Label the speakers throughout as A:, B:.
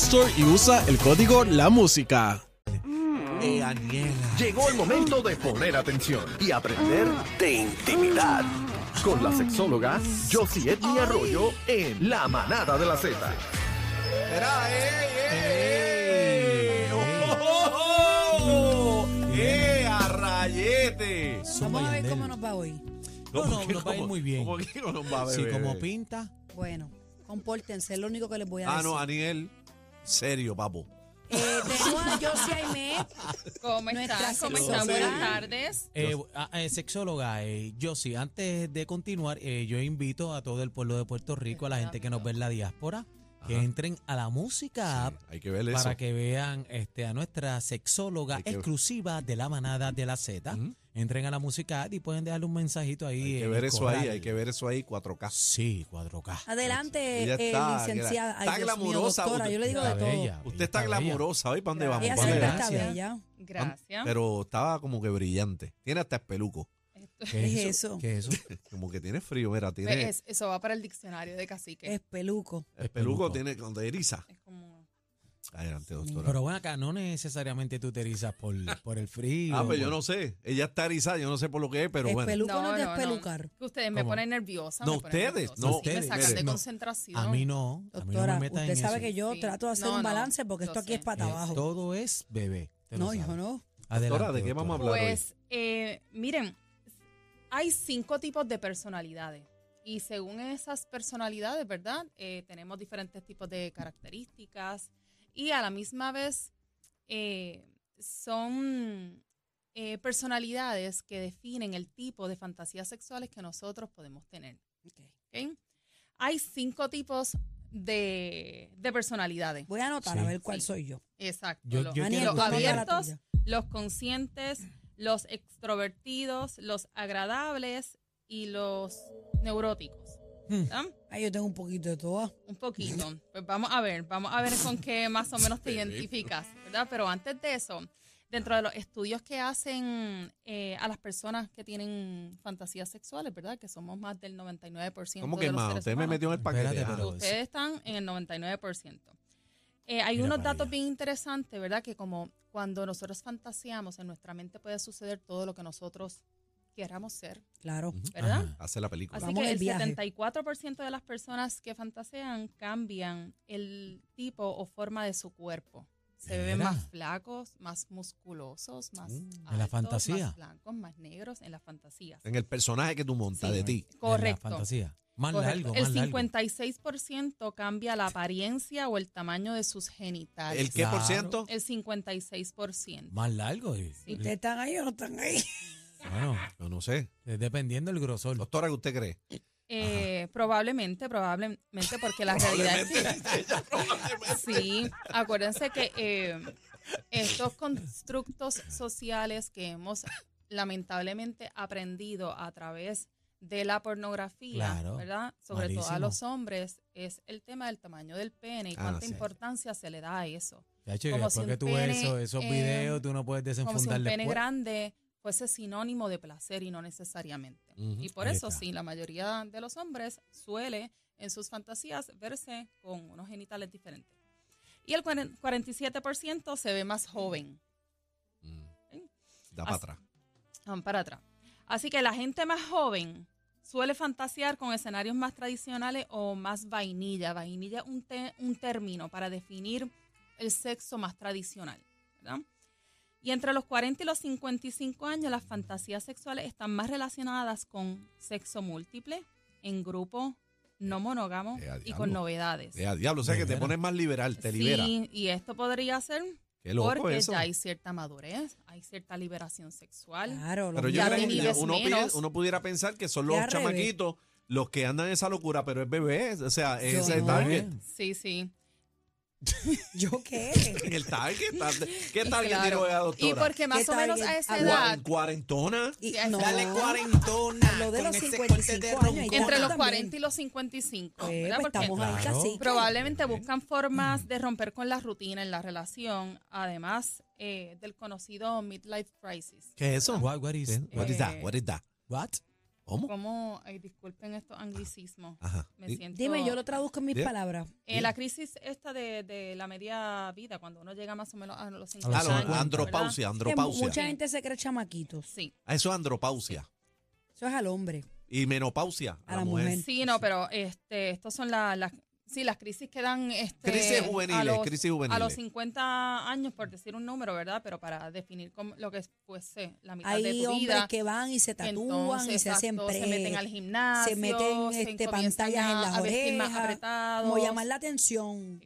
A: Store y usa el código La Música.
B: Llegó el momento de poner atención y aprender de intimidad. Con la sexóloga Josie Edmi Arroyo en La Manada de la Z.
C: Espera, eh, eh, eh. Oh, oh, oh, oh. Eh, a rayete.
D: Vamos a ver cómo nos va hoy.
E: No, no,
C: ¿Cómo que
E: nos va a ir
C: cómo-
E: muy bien.
C: cómo que no nos va a
E: Sí,
C: beber?
E: como pinta.
D: Bueno, compórtense, es lo único que les voy a
C: Ah,
D: decir.
C: no, Aniel. Serio, papo.
D: Eh, tengo a Josie Aimé.
F: ¿Cómo
D: Nuestra
F: están? ¿Cómo
D: sexóloga.
F: están? Buenas tardes.
E: Eh, ah, eh, sexóloga, eh, yo sí, antes de continuar, eh, yo invito a todo el pueblo de Puerto Rico, a la gente que nos ve en la diáspora, que
C: Ajá.
E: entren a la música app
C: Hay que ver eso.
E: para que vean este, a nuestra sexóloga
C: Hay que-
E: exclusiva de la manada de la Z.
C: Ujú.
E: Entren a la música app y pueden dejarle un mensajito ahí.
C: Hay que
E: en
C: ver
E: el
C: eso
E: corral.
C: ahí, hay que ver eso ahí, 4K.
E: Sí, 4K.
D: Adelante,
C: Ella
D: eh,
C: está,
D: licenciada. Ay,
C: está
D: Dios mío,
C: glamurosa,
D: doctora,
C: usted-
D: yo le digo de
E: Está
D: todo.
E: bella,
C: Usted está
E: bella.
C: glamurosa hoy, ¿para dónde vamos?
D: Ella
C: ¿Pa' dónde
D: siempre
C: va?
D: está
E: Gracias.
D: bella.
F: Gracias.
C: Pero estaba como que brillante. Tiene hasta espeluco.
D: ¿Qué
E: ¿Qué
D: es eso?
E: ¿Qué es eso?
C: Como que tiene frío, mira, tiene...
F: Ve, Pues es- eso va para el diccionario de cacique.
D: Es peluco.
C: Espeluco
E: Espeluco.
C: tiene cuando eriza.
F: Es como.
C: Adelante, doctora.
E: Pero bueno, acá no necesariamente tú te erizas por, por el frío.
C: Ah,
E: por-
C: pues yo no sé. Ella está erizada, yo no sé por lo que es, pero
D: es
C: bueno.
D: peluco no,
F: No,
D: es
F: no, no.
D: despelucar.
F: que Ustedes me
E: ¿Cómo?
F: ponen nerviosa.
C: No,
F: me ponen
C: ustedes,
F: nerviosa.
C: no,
F: Me
E: ustedes,
F: sacan de
E: no.
F: concentración.
E: A mí no. a mí no
D: Doctora,
E: me metas
D: usted
E: en
D: sabe
E: eso.
D: que yo
F: Sí.
D: trato de hacer
F: No,
D: un
F: no,
D: balance porque
F: yo
D: esto aquí
F: sé.
D: es pata
E: Eh,
D: abajo.
E: Todo es bebé. te lo
D: No, hijo,
E: sabes.
D: no.
E: Adelante,
C: Doctora, ¿de qué vamos a
E: doctora.
C: hablar hoy?
F: Pues, eh, miren, hay cinco tipos de personalidades. Y según esas personalidades, ¿verdad? Eh, tenemos diferentes tipos de características. Y a la misma vez eh, son eh, personalidades que definen el tipo de fantasías sexuales que nosotros podemos tener. ¿ok? Hay cinco tipos de, de personalidades.
D: Voy a anotar a
E: Sí.
D: ver cuál
F: Sí.
D: soy yo.
F: Exacto.
E: Yo-
F: los,
E: yo
D: Aniel,
E: quiero-
F: los
D: tú anota la
F: abiertos,
D: tuya.
F: los conscientes, los extrovertidos, los agradables y los neuróticos.
E: Hmm.
F: ¿verdad?
D: Ay, yo tengo un poquito de todo.
F: Un poquito. Pues vamos a ver, vamos a ver con qué más o menos te identificas, ¿verdad? Pero antes de eso, dentro de los estudios que hacen eh, a las personas que tienen fantasías sexuales, ¿verdad? Que somos más del 99%
C: ¿Cómo
F: de
C: que
F: los
C: más?
F: seres
C: Usted me
F: humanos.
C: metió en el paquete.
E: Espérate,
C: ah.
E: pero-
F: Ustedes están en el 99%. Eh, hay
E: Mira
F: unos
E: para
F: datos
E: allá.
F: bien interesantes, ¿verdad? Que como cuando nosotros fantaseamos, en nuestra mente puede suceder todo lo que nosotros queramos ser,
D: Claro.
F: ¿verdad?
E: Ajá.
C: Hace la película.
F: Así
D: Vamos
F: que
D: en
F: el
D: viaje.
F: 74% de las personas que fantasean cambian el tipo o forma de su cuerpo. Se ven
E: Mira. Mm.
F: más flacos, más musculosos, más altos,
E: la fantasía.
F: más blancos, más negros en las fantasías.
C: En el personaje que tú montas
F: Sí.
C: de ti.
E: De la
F: Correcto.
E: fantasía. Más
F: Correcto.
E: largo, más
F: el
E: largo.
F: 56% cambia la apariencia o el tamaño de sus genitales.
C: ¿El qué por
E: Claro.
C: ciento?
F: El 56%.
E: Más largo. eh.
F: Sí.
D: ¿Ustedes están ahí o no están ahí?
E: Bueno,
C: Yo no sé.
E: es dependiendo del grosor.
C: Doctora, ¿qué usted cree?
F: Eh, probablemente, probablemente, porque la realidad es que... sí, acuérdense que eh, estos constructos sociales que hemos lamentablemente aprendido a través de la pornografía,
E: Claro,
F: ¿verdad? Sobre todo a
E: malísimo.
F: los hombres, es el tema del tamaño del pene y
C: Ah,
F: cuánta
C: sí.
F: importancia se le da a eso.
E: Chacho, y
F: como
E: después
F: si un
E: que tú
F: pene,
E: ves eso- esos
F: eh,
E: videos, tú no puedes
F: como si un
E: desenfundar
F: pene
E: después.
F: grande fuese sinónimo de placer y no necesariamente.
C: Ujú,
F: Y por
E: ahí
F: eso
E: está.
F: sí, la mayoría de los hombres suele en sus fantasías verse con unos genitales diferentes. Y el cuaren- 47% se ve más joven,
C: Mm. Da para
F: Así-
C: atrás.
F: van para atrás. Así que la gente más joven Suele fantasear con escenarios más tradicionales o más vainilla. Vainilla es un, te- un término para definir el sexo más tradicional, ¿verdad? Y entre los 40 y los 55 años, las fantasías sexuales están más relacionadas con sexo múltiple, en grupo, no monógamo
G: Eh, a
F: y
G: diablo.
F: con novedades.
G: Eh, a diablo, o sea que te
E: Libera.
G: pones más liberal, te libera.
F: Sí, y esto podría ser
G: Qué loco
F: porque
G: eso.
F: ya hay cierta madurez, hay cierta liberación sexual.
D: Claro,
G: Pero
D: los
G: yo
F: Ya
D: hombres
G: creo
F: te
G: que
F: vives
G: uno,
F: menos.
G: piensa- uno pudiera pensar que son los
D: Ya al revés.
G: chamaquitos los que andan esa locura, pero es bebé, o sea, es el
D: no.
G: target.
E: Eh,
F: Sí, sí.
D: ¿Yo qué?
G: El target, tar- ¿qué
F: Y
G: target
F: claro,
G: tiene la
F: Y
G: "Ah, doctora?
F: porque más o
D: target?
F: menos a esa
D: Guau.
F: edad,
G: Cuaren- ¿Cuarentona?
D: Y-
F: Ya,
C: Dale
D: a
C: cuarentona.
D: lo de
C: con
D: los
C: ese
D: 55
C: corte de
D: años,
C: roncona.
F: entre los
D: también.
F: 40 y los 55,
D: Pues,
F: ¿verdad?
D: pues,
F: Porque
D: estamos ahí
E: Claro.
D: casi.
F: probablemente buscan formas de romper con la rutina en la relación, además eh, del conocido midlife crisis.
G: ¿Qué es eso?
E: What, what is,
G: What is that?
F: Eh,
G: What is that?
E: what?
G: ¿Cómo?
F: Como, ay, disculpen estos anglicismos,
G: Ajá.
F: me
G: Y-
F: siento...
D: Dime, yo lo traduzco en mis
G: Bien.
D: palabras.
F: Eh, la crisis esta de, de la media vida, cuando uno llega más o menos a los 50
G: Ah, lo-
E: Claro,
F: años.
G: andropausia,
D: Que
G: andropausia.
D: mucha gente se cree chamaquitos.
F: ¿verdad? Sí.
G: Ah, Eso es andropausia.
D: Eso es al hombre.
G: Y menopausia a, la mujer.
F: Sí, no, pero este, estos son la- las... sí, las crisis que dan... Este,
G: Crisis juveniles,
F: a los,
G: crisis
F: A los
G: juveniles.
F: 50 años, por decir un número, ¿verdad? Pero para definir cómo- lo que fuese la mitad de
D: Hay
F: tu
D: hombres
F: vida.
D: que van y se tatúan
F: entonces,
D: y se hacen
F: exacto,
D: pre.
F: se meten al gimnasio,
D: se meten,
F: se
D: este,
F: comienzan
D: pantallas en
F: a-
D: las
F: a vestir más
D: orejas,
F: apretados.
D: Como llamar la atención.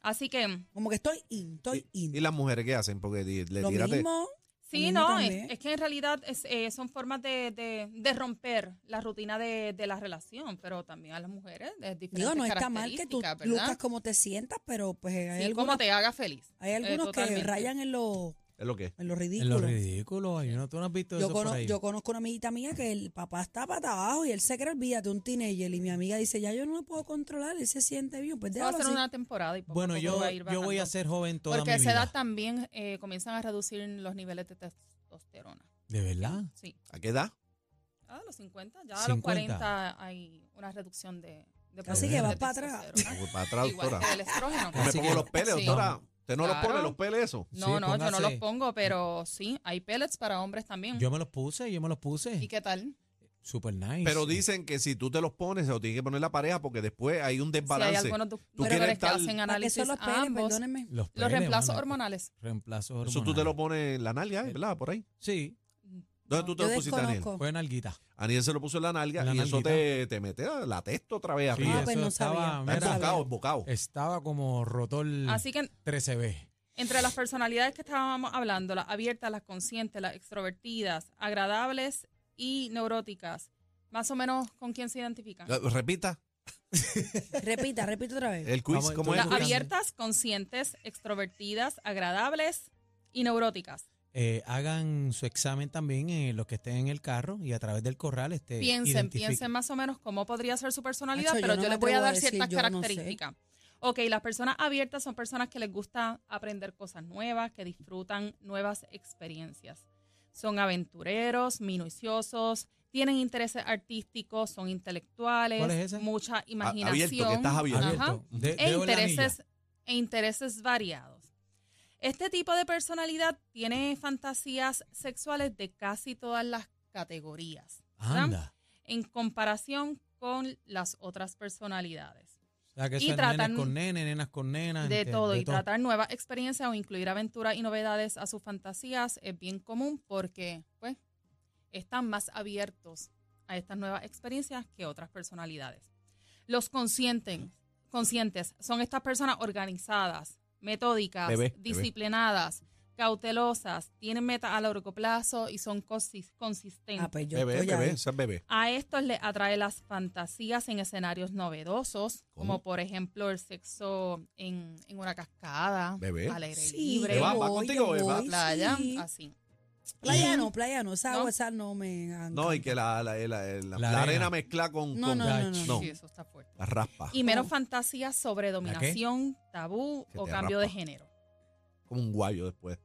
F: Así que...
D: Como que estoy in, estoy
G: Y,
D: in.
G: y las mujeres qué hacen? Porque di- le
D: Lo
G: tírate.
D: mismo.
F: Sí,
D: mismo
F: no, es,
D: también.
F: es que en realidad es, eh, son formas de, de- de romper la rutina de, de la relación, pero también a las mujeres es diferente.
D: Digo, no está mal que tú lucas como te sientas, pero pues hay algunos,
F: como te haga feliz.
D: hay
F: eh,
D: algunos que
F: totalmente.
D: rayan en lo,
G: ¿Es lo que?
D: en lo
E: En lo
D: ridículo.
E: ridículo, ay, no, tú no has visto
D: yo,
E: eso
D: cono-
E: por ahí.
D: yo conozco una amiguita mía que el papá está para abajo y él se cree olvídate un teenager y mi amiga dice ya yo no lo puedo controlar él se siente bien pues
F: Eso va a
D: déjalo
F: ser
D: así.
F: una temporada y poco a
E: bueno,
F: poco
E: yo,
F: va a ir
E: yo voy a
F: bajando.
E: ser joven toda
F: Porque
E: mi
F: a esa edad
E: vida.
F: también eh, comienzan a reducir los niveles de testosterona.
E: ¿De verdad?
F: Sí,
G: ¿A qué edad?
F: a Ah, los 50, ya a los
E: 50.
F: 40 hay una reducción de, de
D: Así
E: que
F: producción
E: vas
F: de
D: para atrás.
G: No,
F: testosterona.
G: pues, para atrás,
F: Igual
G: doctora.
F: que el estrógeno.
G: No me
E: Así
G: pongo
E: que-
G: los peles,
F: Sí.
G: doctora. ¿Usted no los pone
F: Claro.
G: los peles eso?
F: No,
E: Sí,
F: no, yo no
E: póngase-
F: los pongo, pero sí, hay pellets para hombres también.
E: Yo me los puse, yo me los
F: Mm. ¿Y
E: puse.
F: qué tal?
E: Super nice.
G: Pero dicen que si tú te los pones, se los tiene que poner la pareja porque después hay un
F: Si hay
G: desbalance.
F: algunos doc-
G: Tú
F: doctores
G: quieres
F: que
G: tal-
F: hacen
D: para que
F: análisis
D: son los
F: a
D: penes
F: ambos,
D: perdónenme
E: los,
F: los
E: peles,
F: reemplazos
E: mano,
F: hormonales.
E: Reemplazos hormonales.
G: Eso tú te lo pones en la nalga, ¿eh? ¿verdad? Por ahí.
E: Sí,
G: ¿Dónde tú te
D: yo
G: lo pusiste, Aniel?
D: desconozco
E: fue nalguita.
G: Aniel se lo puso en la nalga
E: En la
G: y eso
E: nalguita.
G: te, te mete a la testa otra vez
E: Sí,
G: arriba.
D: pues
E: eso
D: no
E: estaba,
D: sabía.
G: Está
E: mira, Eh.
G: embocado, embocado.
E: estaba como rotor
F: Así que en-
E: 13B.
F: entre las personalidades que estábamos hablando, las abiertas, las conscientes, las extrovertidas, agradables y neuróticas, más o menos con quién se identifican.
G: Eh, Repita,
D: repita repita otra vez
G: el quiz,
E: Vamos,
G: ¿cómo
E: tú
G: es?
F: Las
E: buscando.
F: abiertas, conscientes, extrovertidas, agradables y neuróticas.
E: Eh, hagan su examen también eh, los que estén en el carro y a través del corral este,
F: Piensen,
E: identifiquen.
F: piensen más o menos cómo podría ser su personalidad,
D: Acho, yo
F: pero
D: no
F: yo,
D: me
F: les voy a
D: atrevo a
F: dar
D: decir,
F: ciertas
D: yo no sé.
F: características. Ok, las personas abiertas son personas que les gusta aprender cosas nuevas, que disfrutan nuevas experiencias. Son aventureros, minuciosos, tienen intereses artísticos, son intelectuales,
E: ¿Cuál es esa?
F: mucha
G: A-
F: imaginación.
G: Abierto, que estás abierto.
F: Ajá.
E: Abierto. De-
F: e
E: dedo en la anilla.
F: intereses, e intereses variados. Este tipo de personalidad tiene fantasías sexuales de casi todas las categorías. ¿verdad?
E: Anda.
F: en comparación con las otras personalidades.
E: O sea, que
F: Y
E: son
F: tratan
E: nenes con nenes, nenas con nenas.
F: De
E: este,
F: todo y tratar nuevas experiencias o incluir aventuras y novedades a sus fantasías es bien común porque pues están más abiertos a estas nuevas experiencias que otras personalidades. Los conscientes, conscientes son estas personas organizadas, metódicas,
G: Bebé, bebé.
F: disciplinadas, cautelosas, tienen metas a largo plazo y son consis- consistentes.
D: ah pues yo
G: Bebé,
D: estoy ahí.
G: bebé, ese es bebé.
F: A estos le atrae las fantasías en escenarios novedosos,
G: ¿Cómo?
F: como por ejemplo el sexo en, en una cascada,
G: Bebé.
F: al aire
D: Sí,
F: libre,
D: yo
G: Eva, va
D: voy,
G: contigo,
D: yo
G: Eva.
F: la
D: voy,
F: playa,
D: sí.
F: así.
D: playa no playa no esa
F: No.
D: agua esa no me encanta.
G: No, y que la, la, la- la- la
E: La
G: arena.
E: arena.
G: mezcla con,
D: No,
G: con
D: no, no, no,
G: no.
F: Sí, eso está fuerte.
G: la raspa,
F: Y menos fantasías sobre dominación, tabú
G: Que
F: o
G: te
F: cambio de
G: raspa.
F: género.
G: como un guayo después.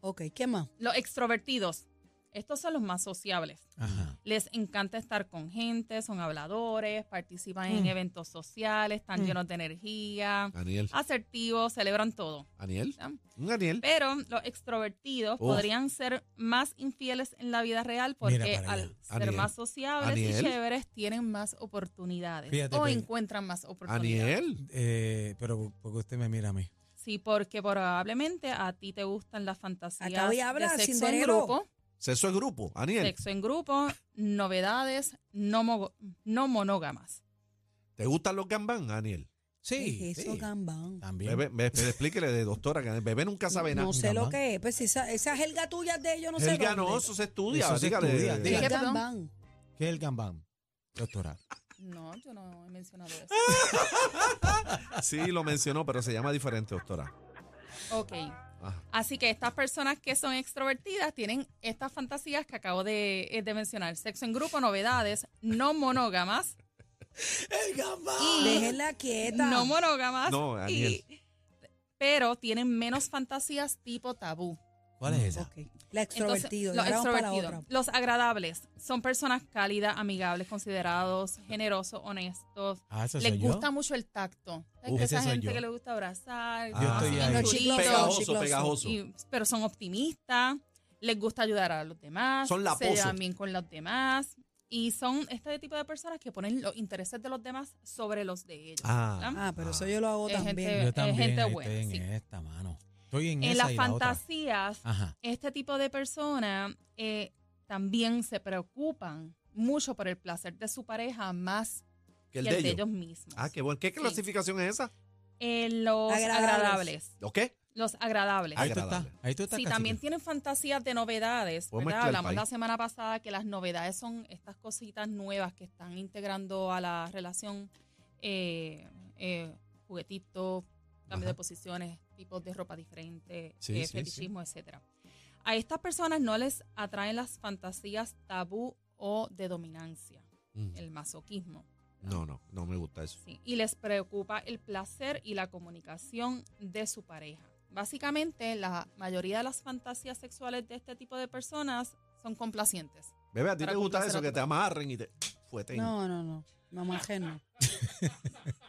D: ok qué más
F: Los extrovertidos, estos son los más sociables.
E: Ajá.
F: les encanta estar con gente, son habladores, participan
D: Mm.
F: en eventos sociales, están llenos de energía,
G: Aniel.
F: asertivos, celebran todo.
G: Aniel.
F: ¿verdad?
G: Un Aniel.
F: Pero los extrovertidos
G: Uf.
F: podrían ser más infieles en la vida real porque
E: para allá.
F: al ser
G: Aniel.
F: más sociables
G: Aniel.
F: y chéveres tienen más oportunidades
E: Fíjate,
F: o
E: pero-
F: encuentran más oportunidades.
G: Aniel.
E: Eh, pero porque usted me mira a mí.
F: Sí, porque probablemente a ti te gustan las fantasías
D: Acaba y habla,
F: de sexo en
D: cinderero.
F: grupo,
G: Sexo es grupo. Aniel.
F: sexo en grupo, novedades, no, mo- no monógamas.
G: ¿Te gustan los gambán, Aniel?
E: Sí,
D: ¿Qué es eso,
E: sí,
D: gambán?
E: también.
G: Bebé, be- be- explíquele de doctora, que el bebé nunca sabe nada.
D: No sé lo
E: gambán.
D: que es. Pues si esa, esa jerga tuya de ellos no sé
G: El
D: dónde.
G: no, eso se estudia.
E: Eso se
G: dígale.
E: estudia,
G: Eh,
D: ¿Qué es
F: dígale. ¿Qué, perdón?
D: gambán?
E: ¿Qué es el gambán, doctora?
F: No, yo no he mencionado eso.
G: Sí, lo mencionó, pero se llama diferente, doctora.
F: Ok.
E: Ah.
G: Ajá.
F: Así que estas personas que son extrovertidas tienen estas fantasías que acabo de, eh, de mencionar. Sexo en grupo, novedades, no monógamas. Y
D: Déjenla quieta.
F: no monógamas.
G: No, Daniel.
F: y- pero tienen menos fantasías tipo tabú.
E: ¿Cuál
D: Mm.
E: es esa?
D: Ok. La
F: Entonces,
D: extrovertido.
F: los
D: ya vamos para la
F: extrovertidos.
D: otra.
F: Los agradables son personas cálidas, amigables, considerados, generosos, honestos.
E: Ah, eso
F: Les
E: soy yo.
F: gusta mucho el tacto. Es
E: Uf,
F: que
E: ese
F: esa
E: soy
F: gente
E: yo.
F: que le gusta abrazar, ah,
E: Yo estoy
F: siguen
E: ahí.
D: Los
F: chulitos.
D: chiclosos,
G: Ah, Pegajoso,
D: chiclosos.
G: pegajoso.
F: Y- pero son optimistas, les gusta ayudar a los demás,
G: Son
F: se
G: laposos.
F: llevan bien con los demás y son este tipo de personas que ponen los intereses de los demás sobre los de ellos.
G: Ah.
F: ¿verdad?
D: Ah, pero eso yo lo hago
F: Es
D: también.
F: gente-
E: Yo
F: eh,
E: también
F: gente
E: ahí
F: buena,
E: estoy en
F: sí.
E: esta, mano. Estoy en,
F: en
E: esa
F: las
E: y la otra.
F: fantasías,
E: Ajá.
F: este tipo de personas eh, también se preocupan mucho por el placer de su pareja más
G: Que el
F: que
G: de
F: el de
G: ellos.
F: ellos mismos.
G: Ah, qué bueno. ¿Qué clasificación es esa?
F: Eh, los
D: Agradables.
F: agradables.
G: ¿O qué?
F: Los agradables.
E: Ahí tú estás.
G: Agradable.
E: Ahí tú estás.
F: Sí,
E: cacique.
F: también tienen fantasías de novedades.
G: Podemos
F: ¿verdad?
G: mezclar el
F: Hablamos
G: país.
F: la semana pasada que las novedades son estas cositas nuevas que están integrando a la relación eh, eh, juguetitos, cambio
G: Ajá.
F: de posiciones, tipos de ropa diferente,
G: Sí, sí,
F: eh,
G: sí.
F: fetichismo, etcétera. A estas personas no les atraen las fantasías tabú o de dominancia,
G: Mm.
F: el masoquismo.
G: No, no, no me gusta eso.
F: Sí, y les preocupa el placer y la comunicación de su pareja. Básicamente, la mayoría de las fantasías sexuales de este tipo de personas son complacientes.
G: Bebé, ¿a ti
F: Para
G: te gusta
F: complacer
G: eso?
F: a
G: Que
F: tu
G: te amarren y te fueten.
D: No, no, no. Mamá ajena.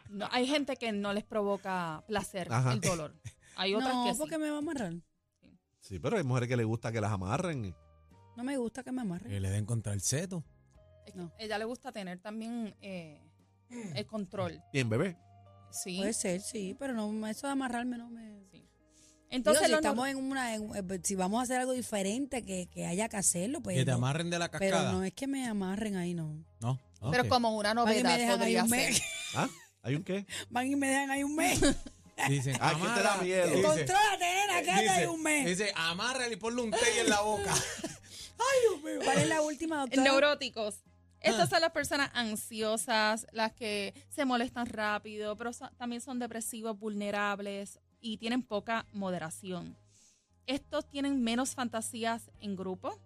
F: No, hay gente que no les provoca placer
G: Ajá.
F: el dolor. Hay otras
D: No,
F: que sí.
D: porque me va a amarrar.
G: Sí, pero hay mujeres que les gusta que las amarren.
D: No me gusta que me amarren.
E: Que le den contra el seto.
F: Es que
D: no.
F: Ella le gusta tener también eh, el control.
G: Bien, bebé.
F: Sí.
D: Puede ser, sí, pero no, eso de amarrarme no me...
F: sí.
D: Digo,
F: Entonces,
D: si
F: los no-
D: estamos en una... en- eh, si vamos a hacer algo diferente que, que haya que hacerlo, pues...
E: que te
D: no.
E: amarren de la
D: Pero
E: cascada.
D: no es que me amarren ahí, no.
E: no. ok.
F: pero como una
D: Van y me
F: novedad
D: dejan ahí
F: podría
D: un
F: ser.
D: mes.
G: ¿Ah? ¿Hay un qué?
D: Van y me dejan ahí un mes.
E: Dicen,
G: Ay, que te da
E: amarra.
G: miedo.
E: Dice-
D: Contrólate, nena, quédate ahí un mes.
E: Dice, amárrale y ponle un té en la boca.
D: ¿Cuál es la última, doctora?
F: Neuróticos. Estas son las personas ansiosas, las que se molestan rápido, pero so- también son depresivos, vulnerables y tienen poca moderación. Estos tienen menos fantasías en grupo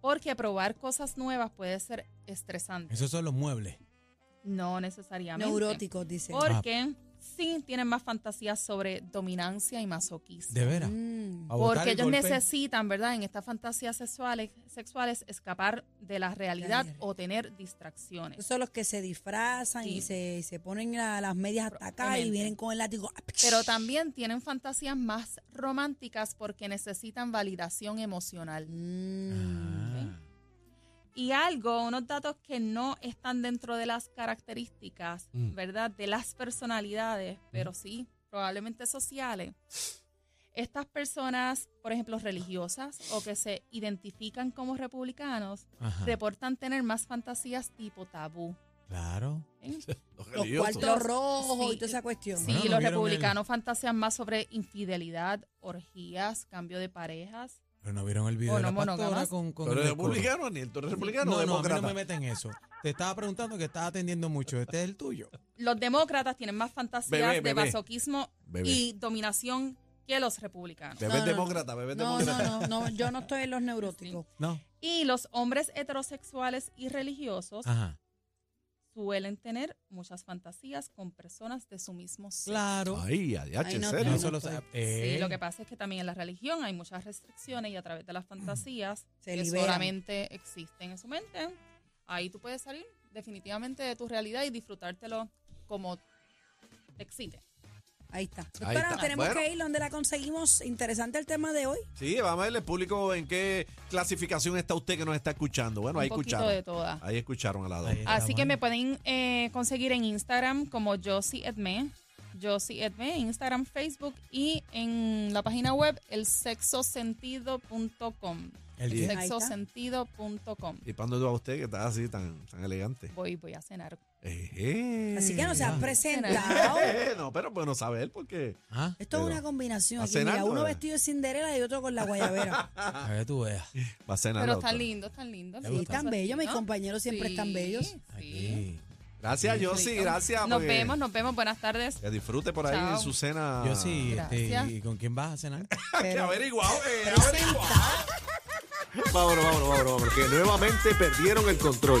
F: porque probar cosas nuevas puede ser estresante.
E: Esos son los muebles.
F: No necesariamente.
D: Neuróticos, dice.
F: Porque sí tienen más fantasías sobre dominancia y masoquismo.
E: De veras.
D: Mm.
E: A botar
F: Porque
E: el
F: ellos
E: golpe.
F: necesitan, ¿verdad? En estas fantasías sexuales, sexuales escapar de la realidad
D: realidad.
F: o tener distracciones.
D: Esos son los que se disfrazan y
F: Sí.
D: se, se ponen la- las medias hasta acá y
F: Probablemente.
D: vienen con el látigo.
G: Ah,
F: Pero también tienen fantasías más románticas porque necesitan validación emocional.
D: Mm.
E: Ah.
F: Y algo, unos datos que no están dentro de las características,
G: Mm.
F: ¿verdad? De las
E: Mm.
F: personalidades, pero sí, probablemente sociales. Estas personas, por ejemplo, religiosas o que se identifican como republicanos,
G: Ah.
E: Ajá.
F: reportan tener más fantasías tipo tabú.
E: Claro.
F: ¿eh?
G: Los
D: Los
G: religiosos.
D: cuartos rojos y
F: Sí.
D: toda esa cuestión.
F: Sí,
E: Bueno, no
F: los
E: vieron
F: republicanos fantasean más sobre infidelidad, orgías, cambio de parejas.
E: Pero no vieron el video
F: O
E: de la
F: no monógamas.
E: pastora con, con
G: ¿Tú eres
E: el coro.
G: republicano, Aniel? ¿Tú eres republicano o
E: No, no, a mí
G: demócrata?
E: no me meten eso. Te estaba preguntando que estaba atendiendo mucho. Este es el tuyo.
F: Los demócratas tienen más fantasías
G: Bebé,
F: de
G: bebé.
F: masoquismo
G: Bebé.
F: y dominación que los republicanos.
G: Bebé
D: No, no,
G: demócrata, bebé
D: No,
G: demócrata.
D: no, no, no, yo no estoy en los neuróticos.
E: No.
G: Ah.
F: Y los hombres heterosexuales y religiosos
E: Ajá.
F: suelen tener muchas fantasías con personas de su mismo sexo.
E: Claro.
G: Ay, adiache,
D: Ay,
G: en
D: no,
G: serio.
E: Eso lo
D: estoy.
E: sabe.
F: Sí,
E: Eh,
F: lo que pasa es que también en la religión hay muchas restricciones y a través de las fantasías
D: Mm. Se
F: que
D: liberan.
F: solamente existen en su mente, ahí tú puedes salir definitivamente de tu realidad y disfrutártelo como te excite.
D: Ahí está.
G: Ahí
D: Doctora,
G: está.
D: tenemos
G: Bueno.
D: que ir donde la conseguimos. Interesante el tema de hoy.
G: Sí, vamos a verle público en qué clasificación está usted que nos está escuchando. Bueno, ahí
F: Un poquito
G: escucharon.
F: de todas.
G: Ahí escucharon a la dos.
E: Ahí está,
F: Así que
E: bueno.
F: me pueden eh, conseguir en Instagram como Josie Edme. Josie Edme, en Instagram, Facebook y en la página web elsexosentido.com.
E: El
G: Sí.
E: que-
D: Ahí está.
F: Sexosentido.com.
G: Y pando a usted que está así tan, tan elegante.
F: Voy, voy a cenar.
G: Ejé.
D: Así que no se han
G: Mm.
E: Ah.
D: presentado.
G: Eh, no, pero bueno, saber porque
E: Ah,
D: Esto
G: Pero,
D: es una combinación.
G: ¿a eh.
D: Aquí, mira,
G: cenar,
D: uno
G: Nora?
D: vestido de Cinderela y otro con la guayabera.
E: a ver tú veas.
G: va a cenar.
F: Pero
G: la doctora.
F: están lindos, están lindos.
E: Me
D: y
E: gusta.
D: están bellos, mis
F: ¿No?
D: compañeros siempre
F: Sí,
D: están bellos.
F: sí.
E: Aquí.
G: Gracias,
F: Rico.
G: Yossi, gracias.
F: Nos
G: porque-
F: vemos, nos vemos. Buenas tardes.
G: Que disfrute por ahí
F: Chao.
G: en su cena.
E: Yo sí, este,
F: Gracias.
E: ¿y con quién vas a cenar?
G: Que
D: Pero-
G: averiguado, eh, averiguado.
B: Vámonos, vámonos, vámonos, vámonos, que nuevamente perdieron el control.